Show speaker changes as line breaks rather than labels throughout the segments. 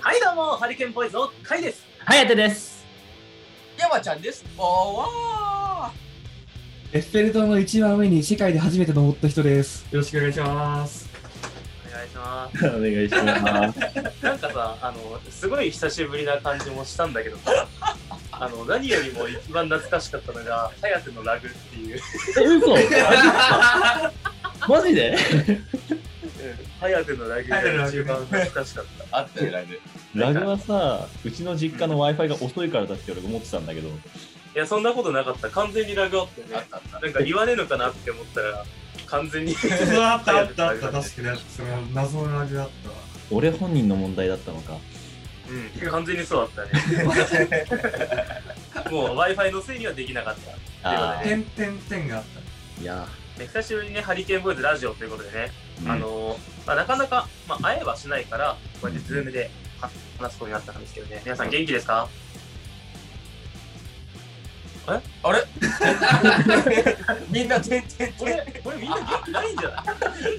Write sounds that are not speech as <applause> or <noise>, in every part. はいどうもハリケーンボーイズのカイです
颯です。
山ちゃんです。おわ
エッフェル塔の一番上に世界で初めて登った人です。よろしくお願いします。
お願いしま
お願いします。
す <laughs> なんかさあのすごい久しぶりな感じもしたんだけどさあの何よりも一番懐かしかったのが颯のラグっていう
え、嘘 <laughs> マジで
颯のラグが一番懐かしかった
ーあったよ、ライ
<laughs>
ブ。
ラグはさ、うちの実家の Wi-Fi が遅いからだって俺思ってたんだけど、
いやそんなことなかった完全にラグあったよ
あ
ね
ったあった。
なんか言わねえのかなって思ったら完全に
あったあったあった、確かにあった。それは謎のラグだったわ。
俺本人の問題だったのか。
うん完全にそうだったねもう w i f i のせいにはできなかった
あ
点点点があっ
ーいや
で久しぶりにねハリケーンボーイズラジオということでね、
ー、
あ
うん
のまあ、なかなか、まあ、会えはしないからこうやってズームでは話すことになったんですけどね皆さん元気ですか
みんな、てんてんてん。
こ
おい
れこれみんな元気ないんじゃない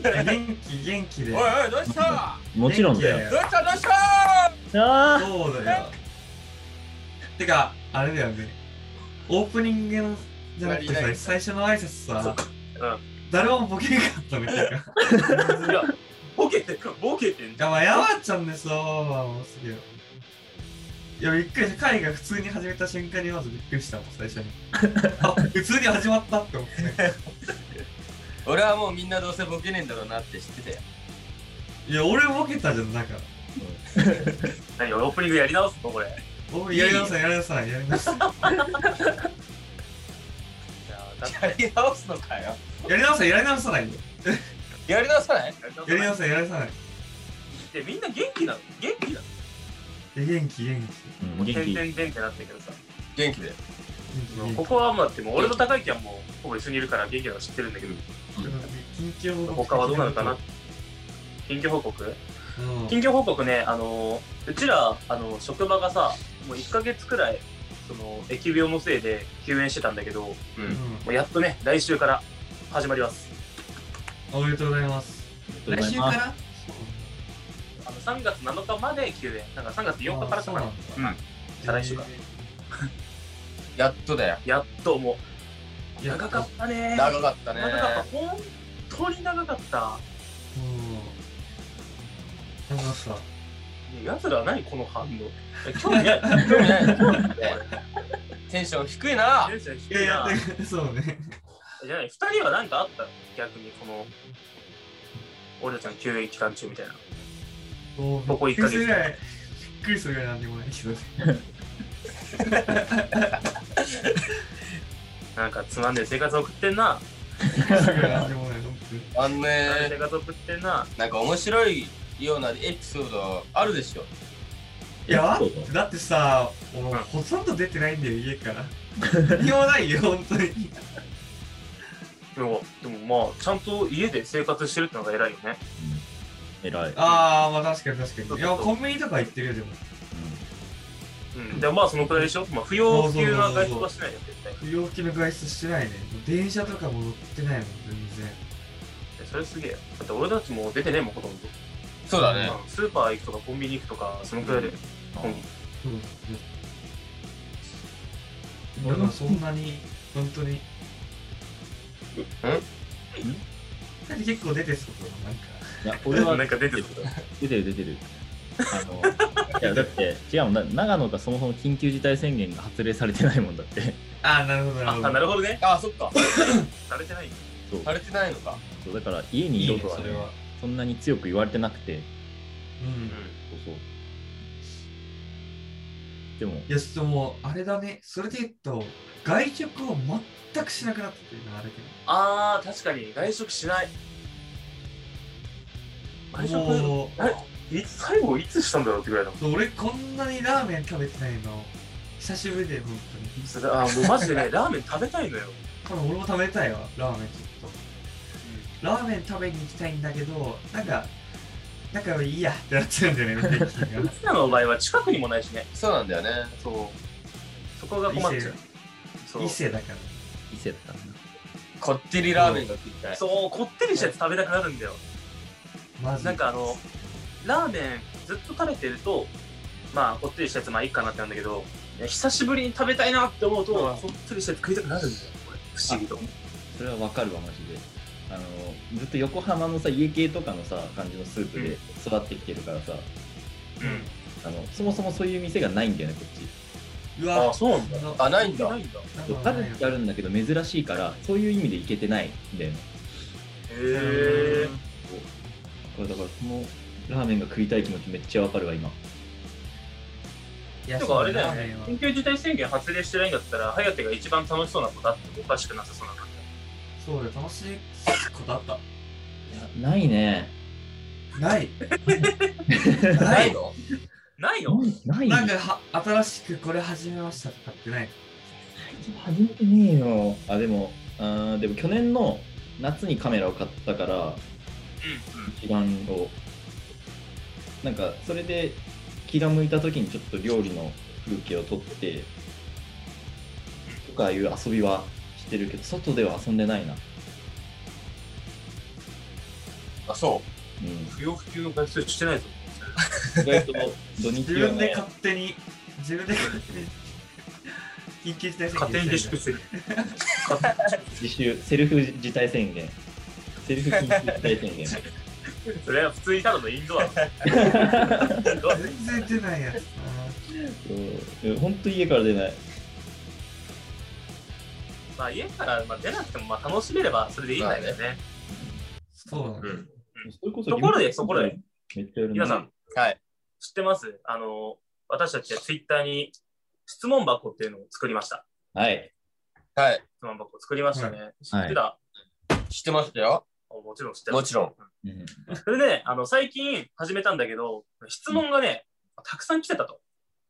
た。元気元気で。
おい、どうした
もちろんだよ。
どうしたどうした
あ
そうだよ。てか、あれだよね。オープニングのじゃなくてさ、最初の挨拶さ、
うん
誰もボケなかったみたいな。
いやボケてるボケてんじゃん
やばい、やばちゃんでそう、まあ、もうすげえ。いや、びっくりした。会が普通に始めた瞬間にまずびっくりしたもん、最初に。あ、普通に始まったって思ってね。
俺はもうみんなどうせボケねえんだろうなって知ってたよ。
いや、俺ボケたじゃん、だから。
何オープニングやり直すのこれ
おやりなさい、やりなさい、やりなさ
やり直すのかよ。
い。やりなさい、やりなさないよ。
やり直さない
やりな
で
さい、やりなさない。
みんな元気なの元気なの
え、元気、元
ーうん、元
全
気。
然全ってなったけどさ
元気で。
気。元気
ここはもうだってもう俺と高木はもうほぼ一緒にいるから元気なの知ってるんだけど
緊急報告
他はどうなのかな近況報告
うん。
近況報告ね、あのうちらあの職場がさもう1ヶ月くらいその疫病のせいで休園してたんだけども
うん
うやっとね来週から始まります
おめでとうございます。
ありがとうございます
ら
あの3月7日まで休園なんか3月4日からとか
あ
な
そううんなんだ
再来週か
やっとだよ。
やっともう
いや
長かったね
長かったね。
長かった本当に長かった
うん。なんかさ、
やつらは何この反応興味ない
興味ない興味ないテンション低いな。
テンション低
いや
い
いや
な、
そうね。
じゃない2人は何かあった逆にこの俺たちの休園期間中みたいな
こ
こ
びっ
1ヶ
く
月
りするぐらい、びっくりするぐらいなんでもないけどね。
なんかつまんでる生活を送ってんな、
びっくりするぐらいなんでもない、本当に。
あ
つま
の
んでる
ね、
生活を送ってんな
なんか面白いようなエピソードあるでしょ。
いや、
そうそう
だってさ、俺ほとんど出てないんだよ、家 <laughs> から。何もないよ、本当に。
でもでもまあちゃんと家で生活してるってのが偉いよね
偉い。
あー、まあ確かに確かに。いや、コンビニとか行ってるよ、でも。
うんでもまあそのくらいでしょ、まあ、不要不急な外出はしないよ絶対
不要不急の外出してないね。電車とかも乗ってないもん、全然。
それすげえだって俺たちも出てねえもんほとんど、
そうだね。
うんスーパー行くとかコンビニ行くとかそのくらいで、
う
うん。だからそんなに、本当に。んだって結構出てそうだな、なんか。
いや、俺は
なんか出てること
出てる出てる。あの、
<laughs>
いや、だって、違うもんな、長野がそもそも緊急事態宣言が発令されてないもんだって。
あー、なるほど、
あ
なるほど。
なるほどね
あ、そっか。
されてないよ
そう
されてないのか。
そうだから家に
い
い
い
ろ
ね、
とは
そ
ね
れは。
そんなに強く言われてなくて。
うん。
そうそう。でも、
いや、ちょっともう、あれだね、それで言うと、外食を全くしなくなってるな、あれけ
あー確かに外食しない外
ど。
食
も
あいつ最後いつしたんだろうってぐらいだもん
う、俺こんなにラーメン食べてないの、久しぶりで、本当に。
それあーもうマジでねラーメン食べた <laughs> いのよ
多分俺も食べたいわ、ラーメンちょっと。ラーメン食べに行きたいんだけど、なんか、なんかいいやってなっちゃうんだよね、
<laughs>
最近
う
が。
ちらの場合は近くにもないしね
そうなんだよね。
そうそこが困っちゃうそう
伊勢だから。
伊勢だったんだ。
こってりラーメンが食いた
<laughs>
い。
そうこってりしたやつ食べたくなるんだよ
マジで
なんかあのラーメンずっと食べてるとまあこってりしたやつまあいいかなってなんだけどいや久しぶりに食べたいなって思うと
うん
こってりしたやつ食いたくなるんだよこれ不思議と
それはわかるわマジであのずっと横浜のさ家系とかのさ感じのスープで育ってきてるからさ、
うん
あのそもそもそういう店がないんだよねこっち
う
あ
わ
あそうなんだ
な
あ、ないんだ
な。いんだへ
なんか
あるっちゃあるんだけど珍しいからそういう意味で行けてないんだよね
え
これだからこのラーメンが食いたい気持ちめっちゃわかるわ今
いや
てかあれだよ
ね
緊急事態宣言発令してないんだったら颯が一番楽しそうなことあってもおかしくなさそうな感じ
そうだよ楽しいことあった
いやないね
ない
<laughs>
な
ない
い
の
ないの
ない
なん
ない
かは新しくこれ始めましたとかってない
初めてねえよあでもあーでも去年の夏にカメラを買ったから
うんうん
基板をなんかそれで気が向いた時にちょっと料理の風景を撮ってとかいう遊びはしてるけど外では遊んでないな
あ、そ
うん
不要不急の外出してないぞ
意外と土
自
日は
分で
ね
勝手に自分で勝手に緊急事態
勝
宣言
手に自粛する
自習セルフ事態宣言セルフ緊急事態宣言
それは普通にただのインドア <laughs> だインドアだ
全然出ないやつだ
そう本当家から出ない
まあ家からまあ出なくてもまあ楽しめればそれでいいんだよね
なそうな
う。う
んだ、
ん。
それこそ
ところでそころで
めっちゃやるな
皆さん
はい。
知ってますあの私たちはツイッターに質問箱っていうのを作りました
はい
はい。
質問箱を作りましたね、知ってた、
知ってましたよ。
あもちろん知ってた
もちろん。
うん
それであの最近始めたんだけど質問がね、たくさん来てたと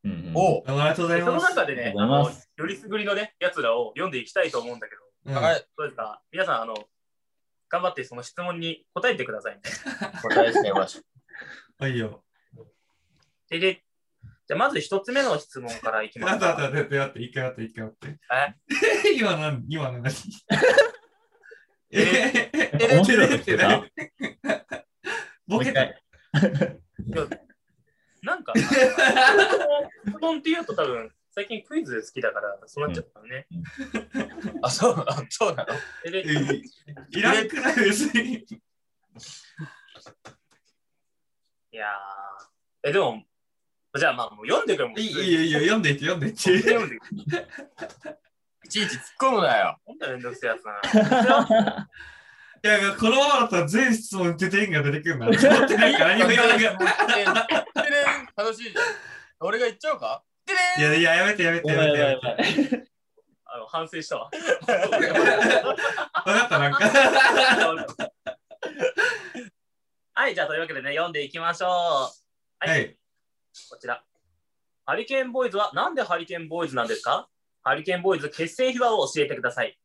うんうん
おう。
ありがとうござ
で
い
その
ます
中でね
ありが
あ
とう
の
ございます
よりすぐりのねやつらを読んでいきたいと思うんだけど
うん
はい。
どうですか皆さんあの頑張ってその質問に答えてくださいね
答えしてまし
あいいよ
ででじゃあまず一つ目の質問からいきま
待っ
す
て <laughs> 待って待って待って一回待って一回待って
え
え今なん今の何ええ
なんか面白いこと言
て
ってた
ボケた
なん
<laughs>
か、質問って言うと多分、最近クイズ好きだから、そうなっちゃったのね。
た。あ、そう、あそうなの。
えで
えいらんくない別に
いやー、え、でも、じゃあまあ、もう読んでくれもう
いいいよいいよ読んでいって読んでいって
読んでくれ。
いちいち突っ込むなよ。
ほんとめんどくせえやつだな。
いや、このままだったら全質問出てんが出てくるな。ちょっと待ってなんか何も言わなくな
てれん楽しいじゃん。俺が言っちゃおうかて
い
れん
やいや、やめてやめて
や
や
ばい
め
や
て
ば
や
い
め
や
て。
ばい
あの、反省した
<laughs>
わ。
わ
<laughs>
かった、なんか。
はい、じゃあというわけでね、読んでいきましょう。はい、
はい。
こちら。ハリケーンボーイズはなんでハリケーンボーイズなんですかハリケーンボーイズ結成秘話を教えてください。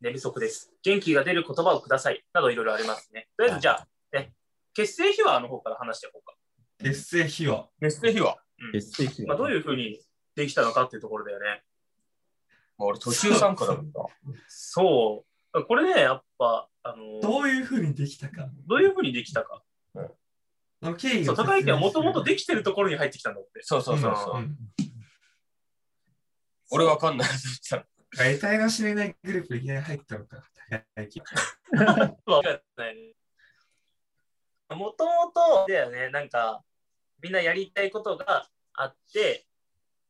寝不足です。元気が出る言葉をください。などいろいろありますね。とりあえずじゃあ、ね、結成秘話の方から話していこうか。
結成秘話。
結成日は。
結成秘話
まあ、どういうふうにできたのかっていうところだよね。
もう俺途中参加だもんな。
そう。これね、やっぱ、あの
ど
ど
ういうふうにできたか。
ういうふうにできたか。
その経緯
そ
を
う高
説明する
池はもともとできてるところに入ってきたんだって。
そうそうそうそう。
んん
俺わかんないって言っ
得体の知れないグループいきなり入ったのか。高池
わかんないね。もともとだよね、なんか、みんなやりたいことがあって、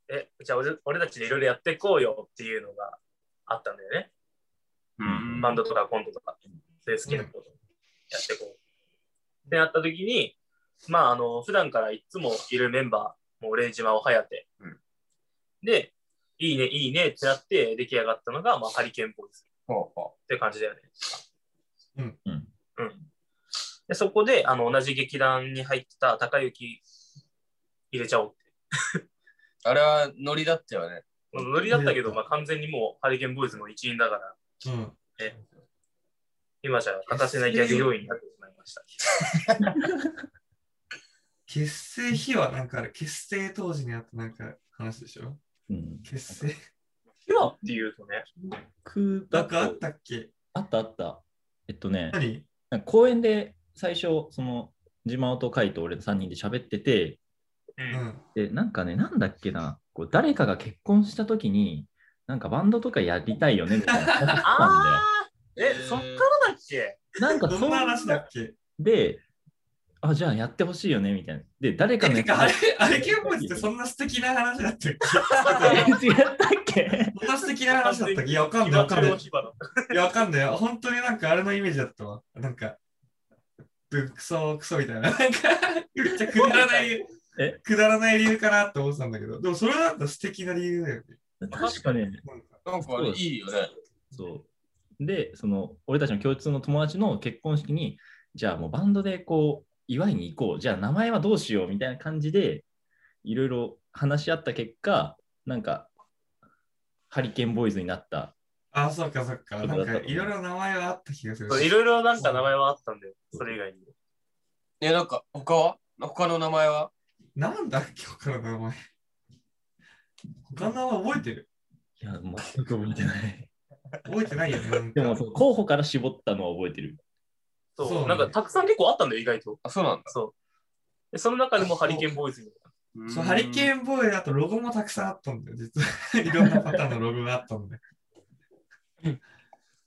え、じゃあ俺俺たちでいろいろやっていこうよっていうのがあったんだよね。
た
う
の。
ん
バンドとかコントとか、そういう好きなことやっていこう。ってなった時に、まあ、あの、普段からいつもいるメンバー、もうレイジマオハヤテ
うん。
で、いいね、いいねってなって出来上がったのが、まあ、ハリケーンボーイズ。
ほうほ
って感じだよね。
うん
うん
うん。で、そこで、あの、同じ劇団に入ってた高雪入れちゃおうって。
うあれはノリだったよね。
ノリだったけど、
うん
まあ完全にもうハリケーンボーイズの一員だから、
うん。
今じゃ欠かせないギャグ要員になってしまいました。
結成秘話なんかある。結成当時にあったなんか話でしょ。
うん
結成。
今っていうとね、
僕
な
だ
んかあ
と
ったっけ
あったあった。えっとね、
何
なんか公園で最初、その、自慢とカイと俺3人で喋ってて、
うん
うん。
で、なんかね、なんだっけな、こう誰かが結婚したときに、なんかバンドとかやりたいよねみたいな <laughs> 話したんだよ
あーえ、そっからだっけ
なんか
ど
そ
ん
う
な話だっけ
で、あ、じゃあやってほしいよねみたいな。で、誰かの
て
やつ
か、あれ、あれ、ケンポジってそんな素敵な話だったっけ
<laughs> 違ったっけ
そんな素敵な話だったっけいや、わかんない、わかんない。いや、わかんない。本当になんかあれのイメージだったわ。なんか、ぶクソ、クソみたいな。なんか、めっちゃくだらない
え、
くだらない理由かなって思ってたんだけど、でもそれなんだ素敵な理由だよね。
確かね、
なんか
なんかあれいいよね。
そう。で、その、俺たちの共通の友達の結婚式に、じゃあもうバンドでこう、祝いに行こう。じゃあ名前はどうしようみたいな感じで、いろいろ話し合った結果、なんか、ハリケーンボーイズになった。
あ、そうか、そうか。
そうだ
なん
った
か、
と思う
いろいろ名前はあった気がする。
そういろいろなんか名前はあったんだよ、それ以外に。
え、なんか他は他の名前は
なんだっけ、他の名前。他の名前覚えてる
いや、全く覚えて
<laughs>
ない。
覚えてないよね。なん
で
か
も、その候補から絞ったのは覚えてる。
そう、
そうね
なんかたくさん結構あったんだよ、意外と。
あ、そうなんだ。
そう。でその中でもハリケーンボーイズに。
そうハリケ
ン。
ーンボーイだとロゴもたくさんあったんだよ、実は。 <laughs> いろんなパターンのロゴがあったんで。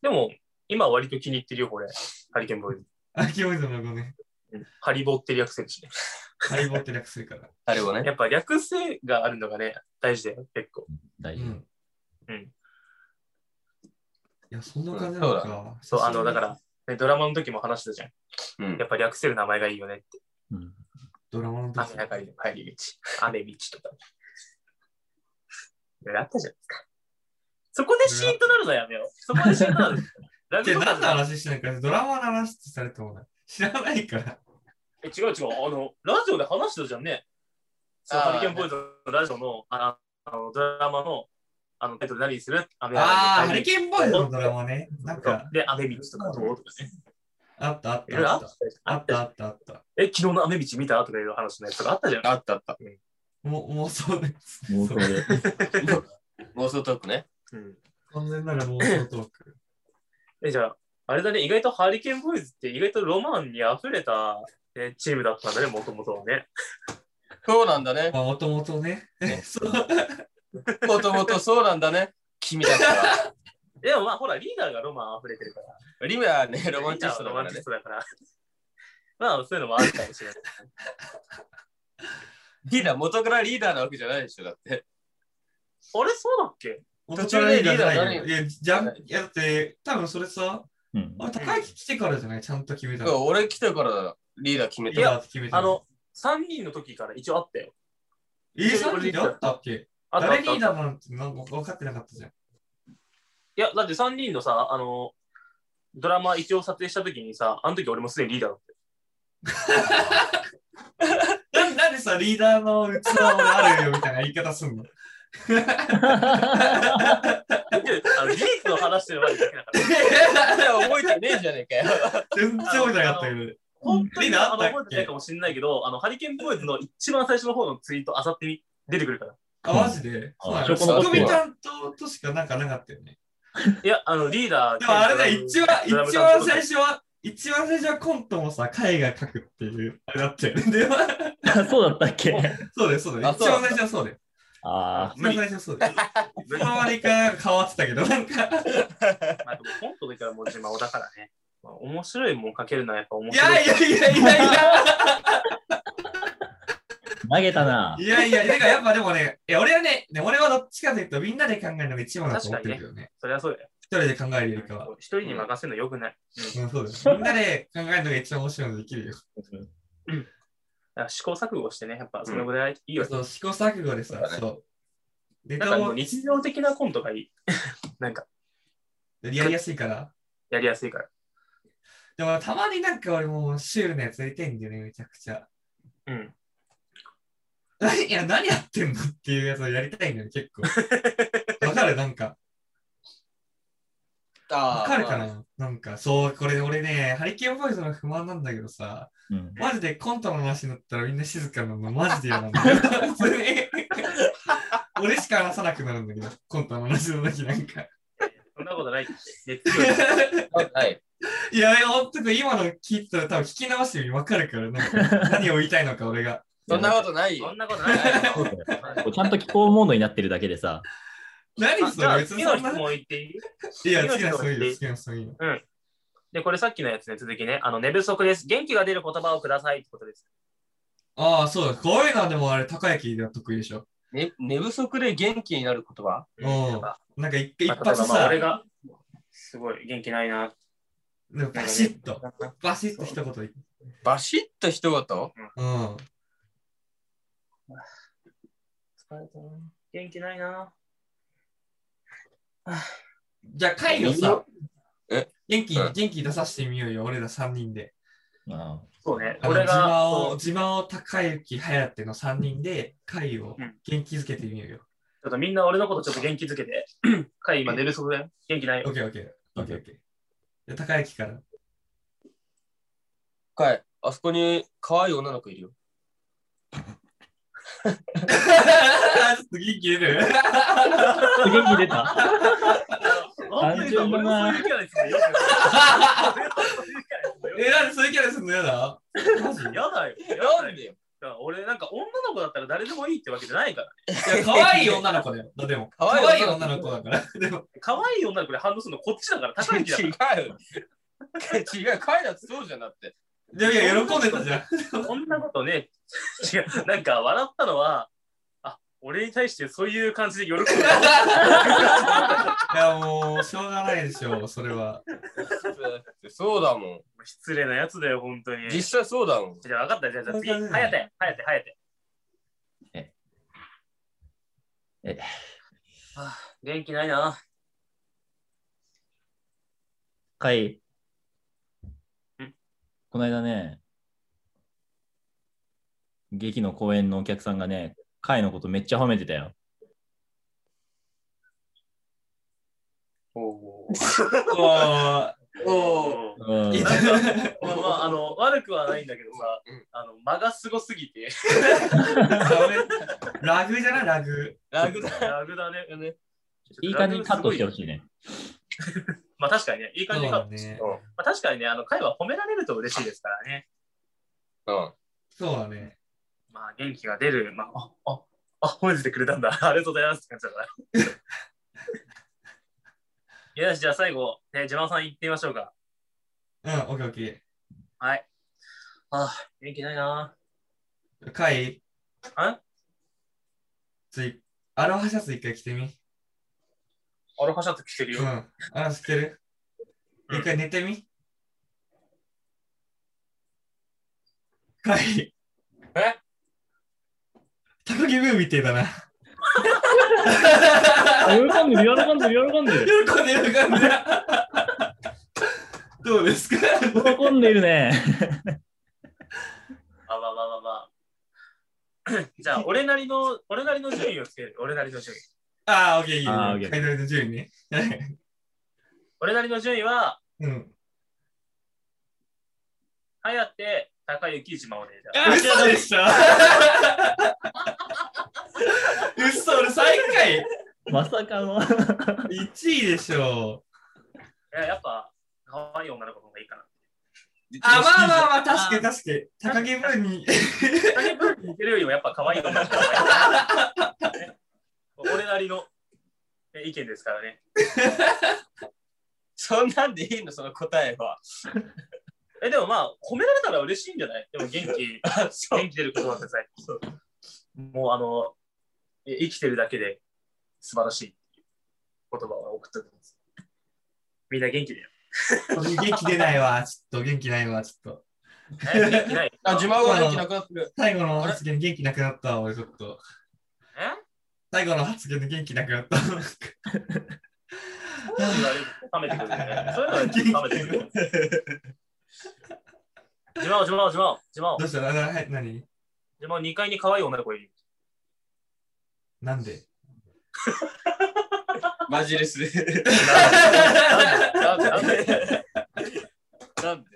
でも、今は割と気に入ってるよ、これ。ハリケーンボーイズ。
あ、キモイズのロゴね。
うんハリボーって略せるしね。
ハリボーって略するから。
あれをね。
やっぱ略せがあるのがね、大事だよ、結構。
大
う
丈夫。
ん。
うん
いや、そんな感じなのか。
そう、あの、だから、。ね、ドラマの時も話したじゃん。
うん
やっぱ略せる名前がいいよねって。
うん
ドラマの時
雨上がりの帰り道。雨道とか。いろいろあったじゃないですか。そこでシーンとなるのやめよう。そこでシーンとなる。
<laughs>
ラ
で、
グビー
何の話してないから、ドラマの話ってされてもない。知らないから。
え違う違う。あの、ラジオで話してたじゃんね。そう、
あー
ハリケーンボーイズのラジオの、ああの、ドラマの、あの、タイトル何にする雨上が
ああ、ハ
りの
リ
帰り
ケーンボーイズのドラマね。なん
道。そ
か
う、で、雨道とかどうとかね。
あったあっ
いろいろ
た
あ
あ
っ
ったた。
じゃん。
あったあったあった。
え、昨日の雨道見たとかいう話のやつとかあったじゃん。
あったあった。
もう、もうそうです。
妄想で。
妄想トークね。
うん。
完全なる妄想トーク。
え、じゃあ、あれだね、意外とハリケーンボーイズって意外とロマンに溢れた、えチームだったんだね、もともとはね。
そうなんだね。
まあ、もともとね。そう。
もともとそうなんだね。君だった
でもまあ、ほら、リーダーがロマン溢れてるから。
ら。リムは <laughs> ね、ロマンチス
リーダーは
トだか
ロマン
ら
チ
ね
ス。トだから。 <laughs> まあ、そういうのもあるかもしれない。 <laughs>
リーダー、元からリーダーなわけじゃないでしょ、だって。
あれ、そうだっけ
途
中でリーダー
な
何
いよ。いや、じゃん、いやだって、多分それさ、
うん <laughs>
あれ、高木来てからじゃないちゃんと決めた
そう
の。
俺来てからリーダー決め
い
た。
や、決めた
あ、の、3人の時から一応あったよ。
えー、さっきあったっけ
あったあ
誰
った
リ
あ
ー
った
ダーなんてなんか分かってなかったじゃん。
いや、だって3人のさ、あの、ドラマ一応撮影した時にさ、あの時俺もすでにリーダーだったよ
なんなんでさ、リーダーの器もあるよみたいな言い方すん <laughs> の
あの事実の話してるわけだけだから。
覚えてねえじゃねえかよ。
全然覚えてなかったけど。
本当に
リ
ね
ーダー
あ
あ
の
ったっ
覚えて
け
ないかもしれないけど、あのハリケーンボーイズの一番最初の方のツイートあさってみ出てくるから。
あ、マジで
あ
そうなの
証拠
ツ
残
ッ
ってる
コミ
わ
担当としかなんかなかったよね。
いや、あのリーダー。
でもあれだよ、一番、
ドラム
一
担当
番最初は、一番最初はコントもさ、絵画描くっていう、あれだったよね。で
そうだったっけ
そうだよ、そうだよ。
あ
一
そうなん
番
だ
最初はそうだよ。
あ
一番最初はそうだよ。 <laughs> そのまにか変わってたけど、なんか。
まあでもコントでからもう自慢だからね。まあ、面白いもんかけるのはやっぱ面
いや
白い。
いやいやいやいや。
あ、投げたな。
いやいや、だからやっぱでもね、いや俺はね、ね俺はどっちかというとみんなで考えるのが一番だと思ってるけどね。
そりゃそうだよ。
一人で考えるよりか
<laughs>
は。
一人に任せるのよくない。
うん、そうです。みんなで考えるのが一番面白いのできるよ。
だから試行錯誤してね、やっぱそのぐらいいいよ。
そう、試行錯誤でさ、そう。ネ
なんか
タ
も
も
う日常的なコントがい <laughs> い。なんか
やりやすいから。
やりやすいから。
でもたまになんか俺もうシュールなやつやりたいんだよね、めちゃくちゃ。 <laughs>
うん。
何いや、何やってんのっていうやつをやりたいんだよ、結構。わかるなんか。わ
あ
かるかななんか、そう、これ俺ね、ハリケーンボーイズの不満なんだけどさ、
うん
マジでコントの話になったらみんな静かなのマジで嫌なんだよ。それね俺しか話さなくなるんだけど、コントの話の時なんか。
そんなことない
<laughs>
って。熱
はい。
いや、ほんと今の聞いてたら多分聞き直してみ分かるから、なんか何を言いたいのか俺が。
そんなことない
そ
よ
ん。なことない。
そう
よ
だよこうちゃんと気候モードになってるだけでさ、
何
あ
そ
じゃ
れ
あ
別
次
にそ
の
ん
質
な。
問いっていい
いや、好
次
きな
の
人いいよ、好
質
きな人いいよ。
で、これさっきのやつね、続きね。あの、寝不足です。元気が出る言葉をくださいってことです。
ああ、そうだ。こういうのはでもあれ、高焼きが得意でしょ。
ね、寝不足で元気になる言葉
うん
なんか
なんか一一
まあ例え
発
ばまあ
さ、
俺が、すごい元気ないな。
でもバシッと、バシッと一言言う。
バシッと一言
う
疲
ん。
れたな元気ないな。
じゃあ会をさ、
え
元気
う
に
ん
元気出させてみようよ、俺ら3人で。
あ
そうね。
あの
俺
自慢
が、
を、
うんち
自慢を高雪、隼人の3人で会を
うん
元気づけてみようよ。
ょっとみんな俺のことちょっと元気づけ
<laughs>
て。かい、今寝不足だよ。元気ないよ
オッ。ケーオッケー。オッケーオッケー。で高雪から。
かい。あそこに可愛い女の子いるよ。
ちょっと元気出る
あ元気出た
あんまりさ俺もそういうキャラですね。よく
<laughs> え、なんでそういうキャラするの嫌だ
<laughs>
マジい
やだよ。や
な
だよ。
ん <laughs>
<laughs>
でよ。
だから俺なんか女の子だったら誰でもいいってわけじゃないから。
や、可愛い女の子だよ。でも、
可
可
愛い
愛い女の子だから。 <laughs> でも、
可愛い女の子で反応するのこっちだから、高い木だか
違
<laughs> ら。
う。違う。かいだってそうじゃな <laughs> くて。
でもいや、喜んでたじゃん。
そんなことね。 <laughs> 違う。なんか笑ったのは、あ、俺に対してそういう感じで喜ぶ。
いや、もう、しょうがないでしょう、それは。
そうだもん。
<laughs> 失礼なやつだよ、本当に。
実際そうだもん。
じゃあ分かった。じゃあじゃあ次、
わかん
早
ない
て、早て、早て。
ええ
はあ、元気ないな。
かい
ん。
この間ね、劇の公演のお客さんがね、かいのことめっちゃ褒めてたよ。
<laughs> お
お
<laughs>
うん
いい
な
ね
んか、まあまあ、あの、悪くはないんだけどさ、あの、間がすごすぎて、
ラグじゃないラグ。
ラグだ。
ラグだね。
いい感じにカットしてほしいね。
まあ確かにね、いい感じにカット
そうだね。
まあ、確かにね、あの会は褒められると嬉しいですからね。
うん。
そうだね。
まあ、元気が出る、まあ、あ、あ、あ褒めててくれたんだ。 <laughs> ありがとうございますって感じだから。 <laughs> よし、じゃあ最後、ね、ジャマさん行ってみましょうか。
うん、オッケーオッケ
はい。ああ、元気ないな。
ー。かい
あ
つい、アロハシャツ一回着てみ。う
アロハシャツ着てるよ。
ん。アロハシャツ着てる
うん
一回寝てみ。かい
え
高木ブーみてえだな。
喜んでる、喜んでる、喜んでる。
喜んでる喜んでる。 <laughs> どうですか
喜んでるね。
あ、まあまあまあまあ。 <coughs> じゃあ、俺なりの、俺なりの順位をつける。俺なりの順位。
ああ、オッケー、いいよ。
あー
ア
オ
イ
ッケー
ドルの順位ね。はい
俺なりの順位は、
うん。
はやて、高雪、島尾で。
あ、嘘でしょ <laughs> 嘘、俺最下位
まさかの。
!1 位でしょ。
いや、やっぱ、可愛い女の子の方がいいかな。
あ、まあまあまあ、
あー
確かに確かに。高木ブーに。
タケプールに似てるよりもやっぱ可愛い女の子の方がいいね俺なりのえ意見ですからね。
そんなんでいいのその答えは。
え、でもまあ、褒められたら嬉しいんじゃないでも元 <laughs> 気、元気出ることなんてさ、もうあの、え生きてるだけで素晴らしい言葉を送っておきます。みんな元気だよ。
<laughs> 元気出ないわ。ちょっと元気ないわ。ちょっと。
え元気ない。
あ、自慢ができなくなってる。
最後の発言元気なくなったわ、俺ちょっと。
え
最後の発言で元気なくなった。 <laughs>
そう言われると冷めてくるよね。そういうのはちょっと冷めてくるよね。自慢を自慢を自慢を自慢を
どうしたななはい、何
自慢を2階に可愛い女の子いる。
なんで
マジレスで。
なんでなんで
なんで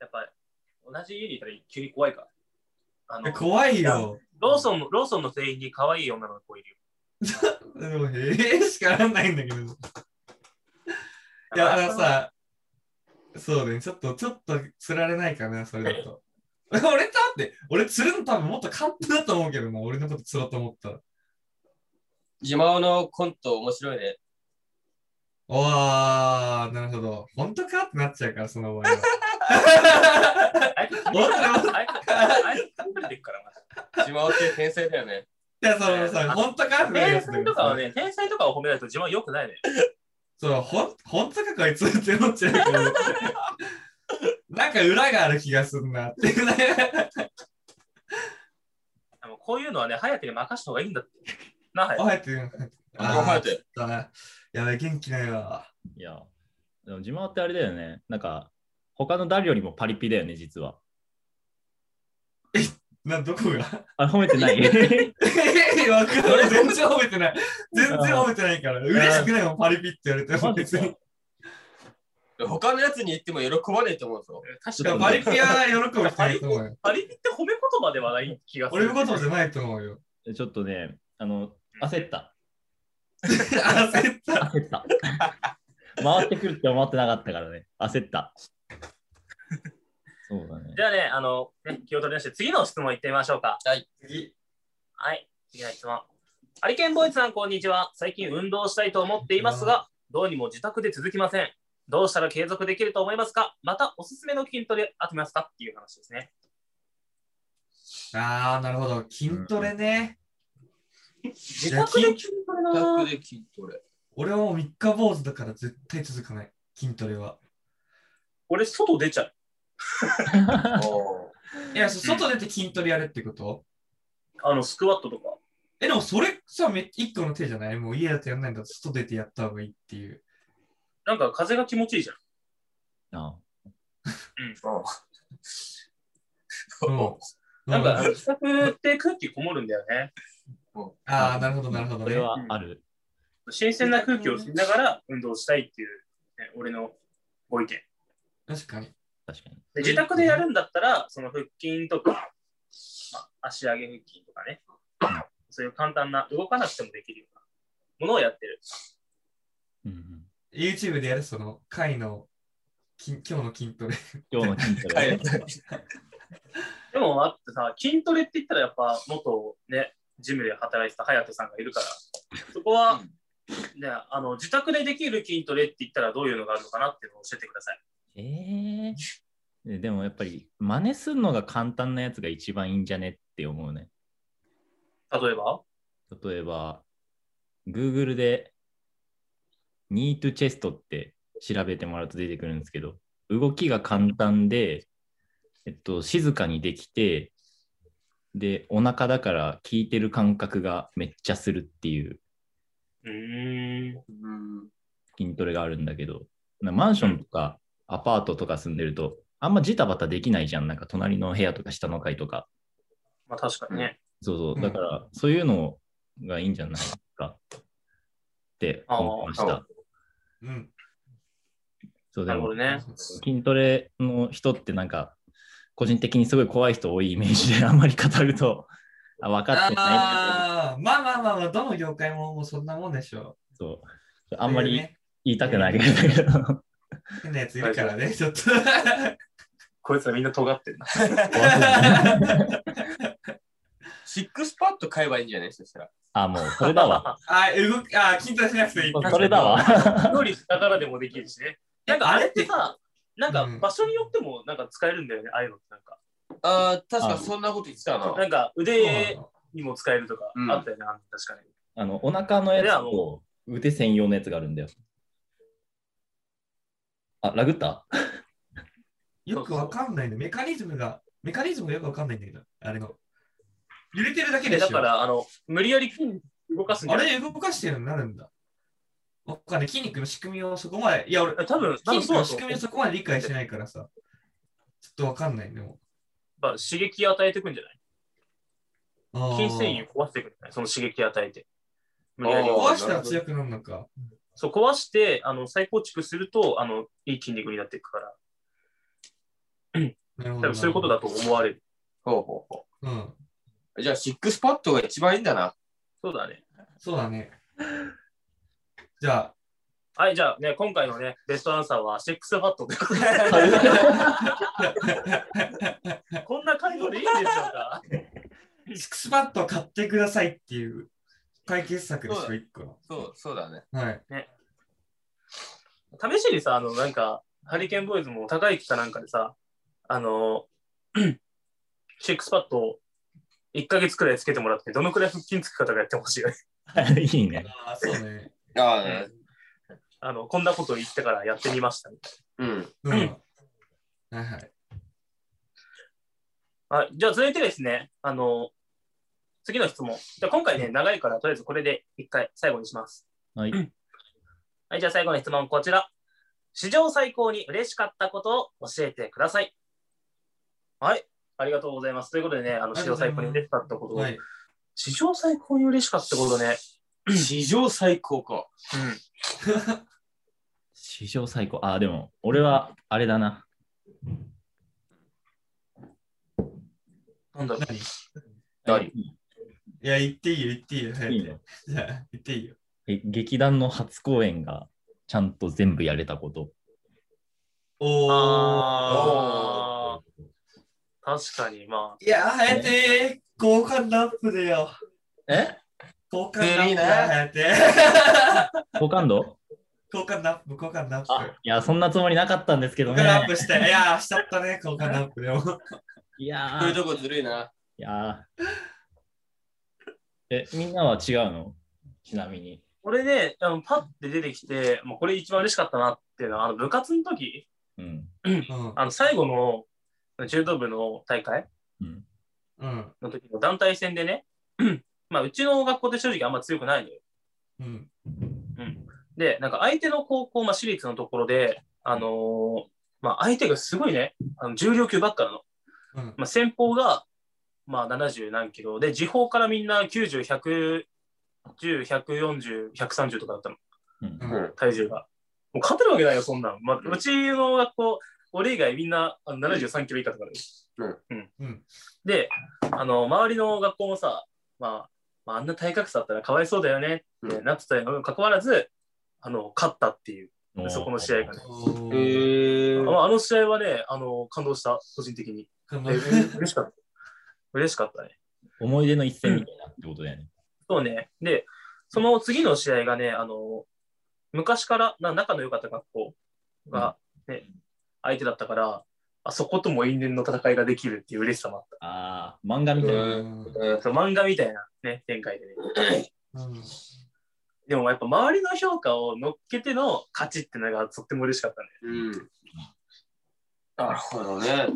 やっぱ同じ家にいたら急に怖いから。あの
え怖いよ。
ローソンのローソンの店員に可愛い女の子いるよ。
でもへえしかなんないんだけど。いや、あのさ、そうね、ちょっと、ちょっと、つられないかな、それだと。 <laughs> 俺とって、俺釣るの多分もっと簡単だと思うけどな、俺のこと釣ろうと思ったら。
自慢のコント面白いね。
おー、なるほど。本当かってなっちゃうから、そ
<laughs>
の場合は。
あいつ、
本当だ
あいつ、あいつ、隠れてる
<laughs>
から、マジで
自慢って天才だよね。
いや、そのさ、本当かってなるや
天
つ
才
だか
とからは。ね、天才とかを褒めないと自分は良くないね。
そう、ほん、ほんとかこいつって思っちゃうけど。なんか裏がある気がすんなっていうね。
でもこういうのはね、颯に任した方がいいんだって。な、
お
は
はようって言うの。
あおはようって
だな。やべ、元気ないわ。
いや、でも自慢ってあれだよね。なんか、他の誰よりもパリピだよね、実は。
な、ど
<laughs>
こが
あ、褒めてない
ええ、わかんない。全然褒めてない。全然褒めてないから。嬉しくないもん、パリピって言われても
マジ
<laughs> 別に。い
か
他のやつに言っても喜ばねえと思うぞ。
い。確か
や、
に、
パリピは喜ぶ人いると思う
<laughs>
よ。
パリピって褒め言葉ではない気がす
俺
る。
のことじゃないと思うよ。
ちょっとね、あの、焦った。
焦った。
焦った。回ってくるって思ってなかったからね。焦った。そうだね。
じゃあね、あの、ね、気を取り出して、次の質問いってみましょうか。
次。
はい、次の質問。ハリケーンボーイズさん、こんにちは。最近運動したいと思っていますが、どうにも自宅で続きません。どうしたら継続できると思いますかまた、おすすめの筋トレありますかっていう話ですね。
あー、なるほど。筋トレね。
自宅で筋トレな
で筋トレ。
俺はもう三日坊主だから絶対続かない。筋トレは。
俺、外出ちゃう。
いや、そ外出て筋トレやるってこと
あの、スクワットとか。
え、でもそれさ、め一個の手じゃないもう家だとやんないんだったら外出てやった方がいいっていう。
なんか、風が気持ちいいじゃん。
あ
うん
なんか、あの
う
自宅って空気こもるんだよね。
ああ、なるほど、なるほど
それ
ね。
はある。
新鮮な空気を吸いながら運動したいっていう、ね、俺のご意見。で
確かに。
確かに。
自宅でやるんだったら、その腹筋とか、まあ、足上げ腹筋とかね、そういう簡単な、動かなくてもできるようなものをやってる。
うんうん、
YouTube でやるその回の筋今日の筋トレ。
今日の筋ト
は
レ
い。
でも、あってさ、筋トレって言ったら、やっぱ、元ね、ジムで働いてた隼人さんがいるから、そこは、ね、あの自宅でできる筋トレって言ったらどういうのがあるのかなっていうのを教えてください。
えー、でもやっぱり真似するのが簡単なやつが一番いいんじゃねって思うね。
例えば
例えば、Google で Need Chest って調べてもらうと出てくるんですけど、動きが簡単で、えっと、静かにできて、で、お腹だから効いてる感覚がめっちゃするっていう
うーん。
うん
筋トレがあるんだけど、なマンションとかアパートとか住んでると、あんまジタバタできないじゃん。なんか隣の部屋とか下の階とか。
まあ確かにね。
そうそうう。
ん
だから、そういうのがいいんじゃないかって思いまし
あー
た。
うん。
そう
な
で
るほ
も
どね。
筋トレの人ってなんか個人的にすごい怖い人多いイメージで <laughs> あんまり語るとあ分かってない
ああ、まあまあまあまあ、どの業界ももうそんなもんでしょ
そう
う。
あんま
そういう
り
ね
言いたくないけど <laughs>
変なやついるからね、ちょっと。
こいつらみんな尖ってるな。
シックスパッド買えばいいんじゃないそしたら。
あもうそれ
<laughs>
だわ
<laughs> あー動き、あー筋トレしなくていい。
それだわ
料理しながらでもできるしね。 <laughs> なんかあれってさ、なんか
うん
場所によってもなんか使えるんだよね、ああいうのってなんか。
ああ、確かそんなこと言ってた
な
な。
んか
そうな
腕
の
にも使えるとか
うん
あったよね、あの確かに。
あのお腹のや
いや
つ
も
と腕専用のやつがあるんだよあラグった
よくわかんないね。メカニズムが、メカニズムがよくわかんないんだけど、あれの。揺れてるだけで
で
しょ。
だから、あの、無理やり筋動かすんじ
あ
ゃない
れ動かしてるようになるんだ。わかんない。筋肉の仕組みをそこまで、いや、俺、
多分、多分
筋肉
そうだ
の
と
仕
思う
組み
や
を
っ
そこまで理解してないからさ。ちょっとわかんない、でも。
ぱ刺激与えてくんじゃない筋
筋
繊維を壊してくんじゃないその刺激与えて。無理やり
あー
壊したら強くなるのか。
そう壊してあの再構築するとあのいい筋肉になっていくから
なるほ
多
ど
分そういうことだと思われる。
ほうほうほ
うん。
う。じゃあ、シックスパッドが一番いいんだな。
そうだね。
そうだね。じゃあ、
はい、じゃあね、今回のね、ベストアンサーは、シックスファットということでこんな回答でい <laughs> いんでしょうか
シックスパッドを買ってくださいっていう解決策です
そうだ
よ、一個の。
そう、そうだね。
はい。
試しにさ、あの、なんか、ハリケーンボーイズも高いかなんかでさ、あの、 <clears throat> シックスパッドを1ヶ月くらいつけてもらって、どのくらい腹筋つくかとかやってほしいよね。 <laughs>
<laughs>
いいね。
ああ、そうね。
ああ、
あの、こんなこと言ってからやってみましたみたい
うん。
うん。はいはい。
な。はい、じゃあ続いてですね、あの、次の質問。じゃあ今回ね、長いから、とりあえずこれで1回最後にします。
はい。
はい、じゃあ最後の質問、こちら。史上最高に嬉しかったことを教えてください。はい、ありがとうございます。ということでね、あの史上最高に嬉しかったこと、
はい。
史上最高に嬉しかったことね。
史上最高か。
史上最高。あ、でも、俺は、あれだな。
うん、なんだろ
何い
誰
や、言っていいよ、言っていいよ。はい
い
い。
ね。
じゃあ、言っていいよ。
え劇団の初公演が、ちゃんと全部やれたこと。
お
う。
ー。
あー確かに、ま
いや、はやてー、好感度アップだよ。
え
好感度アッ
いい
プ
ね
だよ、はやて。
好感度
好感度アップ、好感度アップ。
あいや、そんなつもりなかったんですけど
好
ね
感。度アップしたい。いやー、しちゃったね、好感度アップでも。
いや
こういう
ーい
とこずるいな。
やーえ、みんなは違うのちなみに。
あ、これね、あのパッて出てきて、もうこれ一番嬉しかったなっていうのは、あの部活の時、
うん。
うん。
あの最後の柔道部の大会
うん。
うん。
の時の団体戦でね、 <clears throat> まあ、うちの学校って正直あんま強くないのよ。
うん。
で、なんか相手の高校、まあ、私立のところで、あのーまあ、相手がすごいね、あの重量級ばっかなの。
うん。
まあ、先方が、まあ、70何キロで、時報からみんな90、100、10、140、130とかだったの、
うん
う。ん
うん。
体重が。もう勝てるわけないよ、そんなん。まあ、うちの学校、俺以外みんなあの73キロ以下とかだよ。
うん。
で、あの、周りの学校もさ、まあ、まあ、あんな体格差だったらかわいそうだよねってなってたにもかかわらず、あの、勝ったっていう、そこの試合がね。
お
へ
ー。
ー
まああの試合はね、あの、感動した、個人的に。
感
え
動アップ
嬉しかった。嬉しかったね。
思い出の一戦みたいなってことだよね。
そうね。で、その次の試合がね、あの、昔からな仲の良かった学校が、ね相手だったから、あそことも因縁の戦いができるっていう嬉しさもあっ
ああ、漫画みたいな。
うん
うん
た。そう漫画みたいなね、展開でね。
うん
でもやっぱ周りの評価を乗っけての勝ちってのがとっても嬉しかったね。
うん。なるほどね。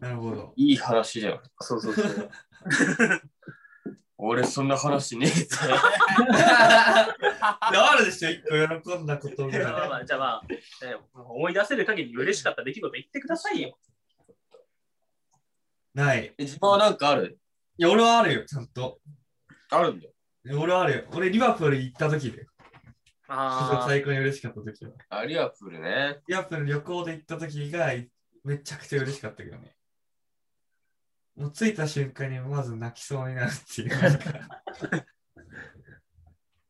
なるほど。
いい話じゃん。
そうそうそう。
俺そんな話ねえ <laughs> ぞ。
<laughs> いやあるでしょ、一個喜んだことぐ
じゃあ <laughs> ま
らい。
あ、じゃあまあね思い出せる限り嬉しかった出来事言ってくださいよ。
ない。い
え自分はなんかある
や、俺はあるよ、ちゃんと。
あるんだよ。
俺はあるよ。俺、リバプール行った時で、
ああ、
最高に嬉しかった時は。
あリアプールね。 <laughs>
リバプール旅行で行った時が、めちゃくちゃ嬉しかったけどね。もう着いた瞬間にまず泣きそうになるっていう、なんか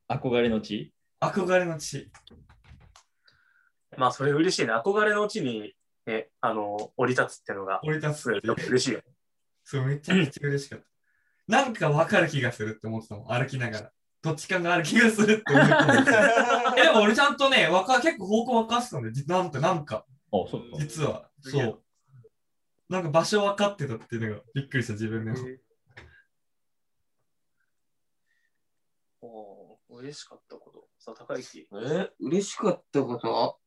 憧れの地
憧れの地。
まあそれ嬉しいね。憧れのうちに、ね、あの、降り立つってのが、
降り立つ
それ
っていう。
嬉しいよ。
そう、めちゃくちゃ嬉しかった。なんかわかる気がするって思ってたもん、歩きながら。どっちかがある気がするって思ってた <laughs> えでも俺ちゃんとね、わか結構方向分かってたんだよ。じなんとなんか、
あ、そっか。
実は。
すげ
そ
え
う。なんか場所分かってたっていうのがびっくりした、自分 <laughs> でも。
おー嬉しかったこと。さあ、高木。
え嬉しかったこと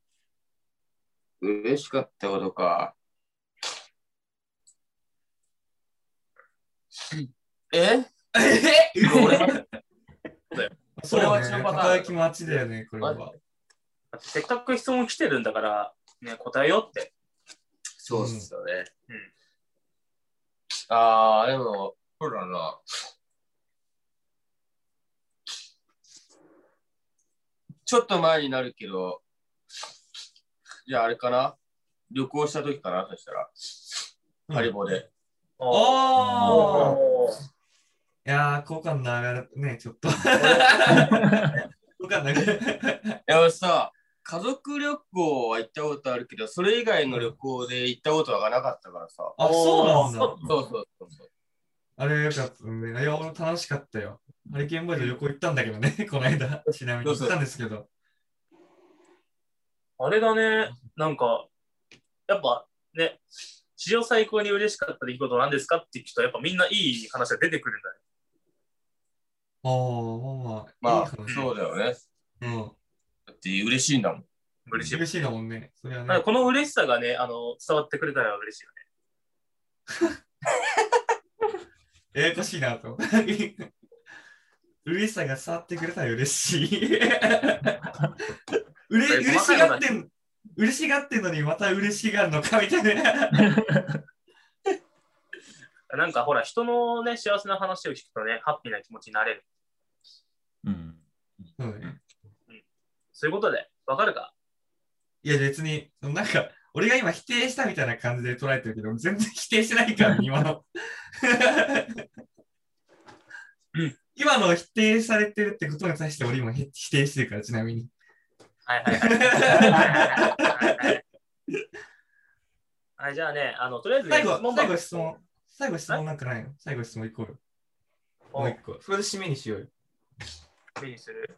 嬉しかったことか。ええ俺
そ
こ
う
れは
ね、
違うパターン
輝き待ちだよね、これは。
だってせっかく質問来てるんだから、ね、答えようって。
そうっすよね。
うん
ああ、でも、そうだな。ちょっと前になるけど、じゃああれかな旅行した時かなそしたら、ハリボーで。
おー
おー
いやー、好感 <laughs> 度上がるね、ちょっと。好感度上がる。
いや、俺さ、家族旅行は行ったことあるけど、それ以外の旅行で行ったことがなかったからさ。
あ、そうなんだ
そ。
そうそうそうそう。
あれよかったね。いや、俺も楽しかったよ。ハリケーンボーイズ旅行行ったんだけどね、この間。ちなみに行ったんですけど。
あれだね、なんか、やっぱね、史上最高に嬉しかった出来事なんですかって聞くと、やっぱみんないい話が出てくるんだね。
ああ、まあまあ。
まあ、
いい話
そうだよね。
うん。
だって嬉しいんだもん。
嬉しい。
嬉しいだもんね。それは
なんか
ね。
この嬉しさがね、あの伝わってくれたら嬉しいよね。
ややこしいなと。 <laughs> 嬉しさが伝わってくれたら
<laughs>
嬉しい。うれ嬉しがってん、嬉しがってんのにまた嬉しがるのかみたいな。
なんかほら、人のね、幸せな話を聞くとね、ハッピーな気持ちになれる。
うん。
そうね。
そういうことで、わかるか
いや、別に、なんか、俺が今否定したみたいな感じで捉えてるけど、全然否定してないから、今の。
うん
今の否定されてるってことに対して俺今へ否定してるから、ちなみに。
はいはいはい。はいはいはいはい、じゃあね、あの、とりあえずね、
最後、最後
箱
質問。最後質問なんかないの最後質問いこうよ。もう一個。それで締めにしようよ。
整理する。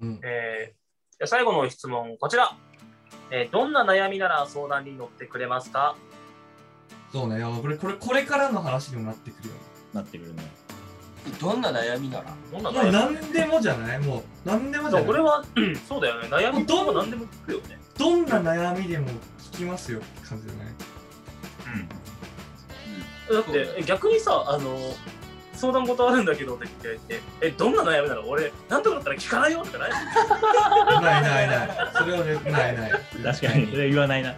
うん。
えーじゃあ最後の質問、こちら、えーどんな悩みなら相談に乗ってくれますか
そうね。あこれ、これ、これからの話にもなってくるよね。
なってくるね。
どんな悩みなら
どんな
もう
悩み
何でもじゃないもう、何でもじゃ
そうこ
な
れ
い
は、うんそうだよね。悩み
ど
と
ん
も何でも聞くよね。
どんな悩みでも聞きますよって感じじゃない
だっ
そうだよ
て、え逆にさ、あの、相談事あるんだけどって言って、え、どんな悩みなら俺、なんとかだったら聞かないよとかない
ないないない。それはねないない。
確かに、それ言わないな。
うん。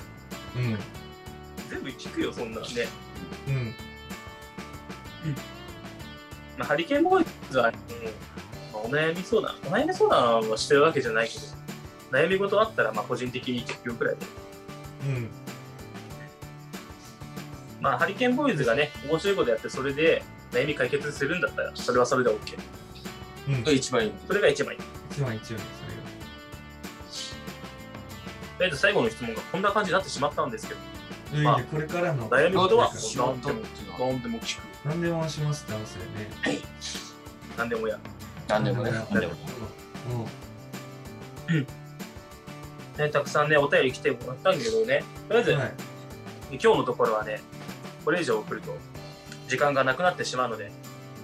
全部聞くよ、そんなね。
うん。
まあ、ハリケーンボーイズは、うんまあお悩み相談、お悩み相談はしてるわけじゃないけど、悩み事あったら、まあ、個人的に聞くよくらいで。
うん。
まあ、ハリケーンボーイズがね、面白いことやって、それで悩み解決するんだったら、それはそれで OK。
うん。
一番いい。
それが一番いい。と
一番一応ね、
りあえず最後の質問がこんな感じになってしまったんですけど、
それが。
ま
ま
あ
これからの。
悩み事は
仕事ってこと
何でも聞く。
何でもしますって話だよね。
何でもやる。
何でもね。
何でも
うん。うん
ね、たくさんね、お便り来てもらったんだけどね、とりあえず、
はい。
今日のところはね、これ以上送ると時間がなくなってしまうので、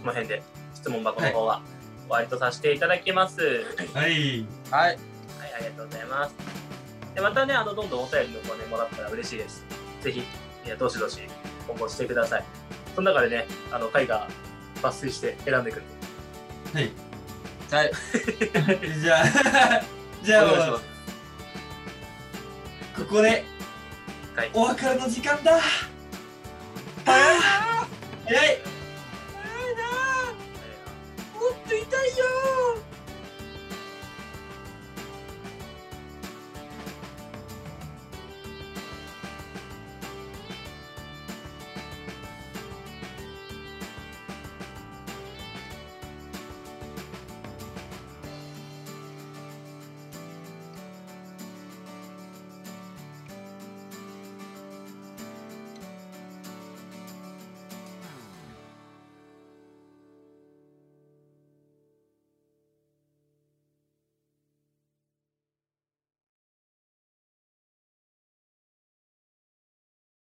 この辺で質問箱の方は終わりとさせていただきます。はい、
はい。
はい。
ありがとうございます。でまたね、あのどんどんお便りの方ね、もらったら嬉しいです。ぜひ、えどしどし応募してください。その中でね、あの回が抜粋して選んでくる。
はい。
じゃあ、 <laughs> じ
お
ゃ
願いしま
あ、ここで
はい、
お別れの時間だ。ああ、早い。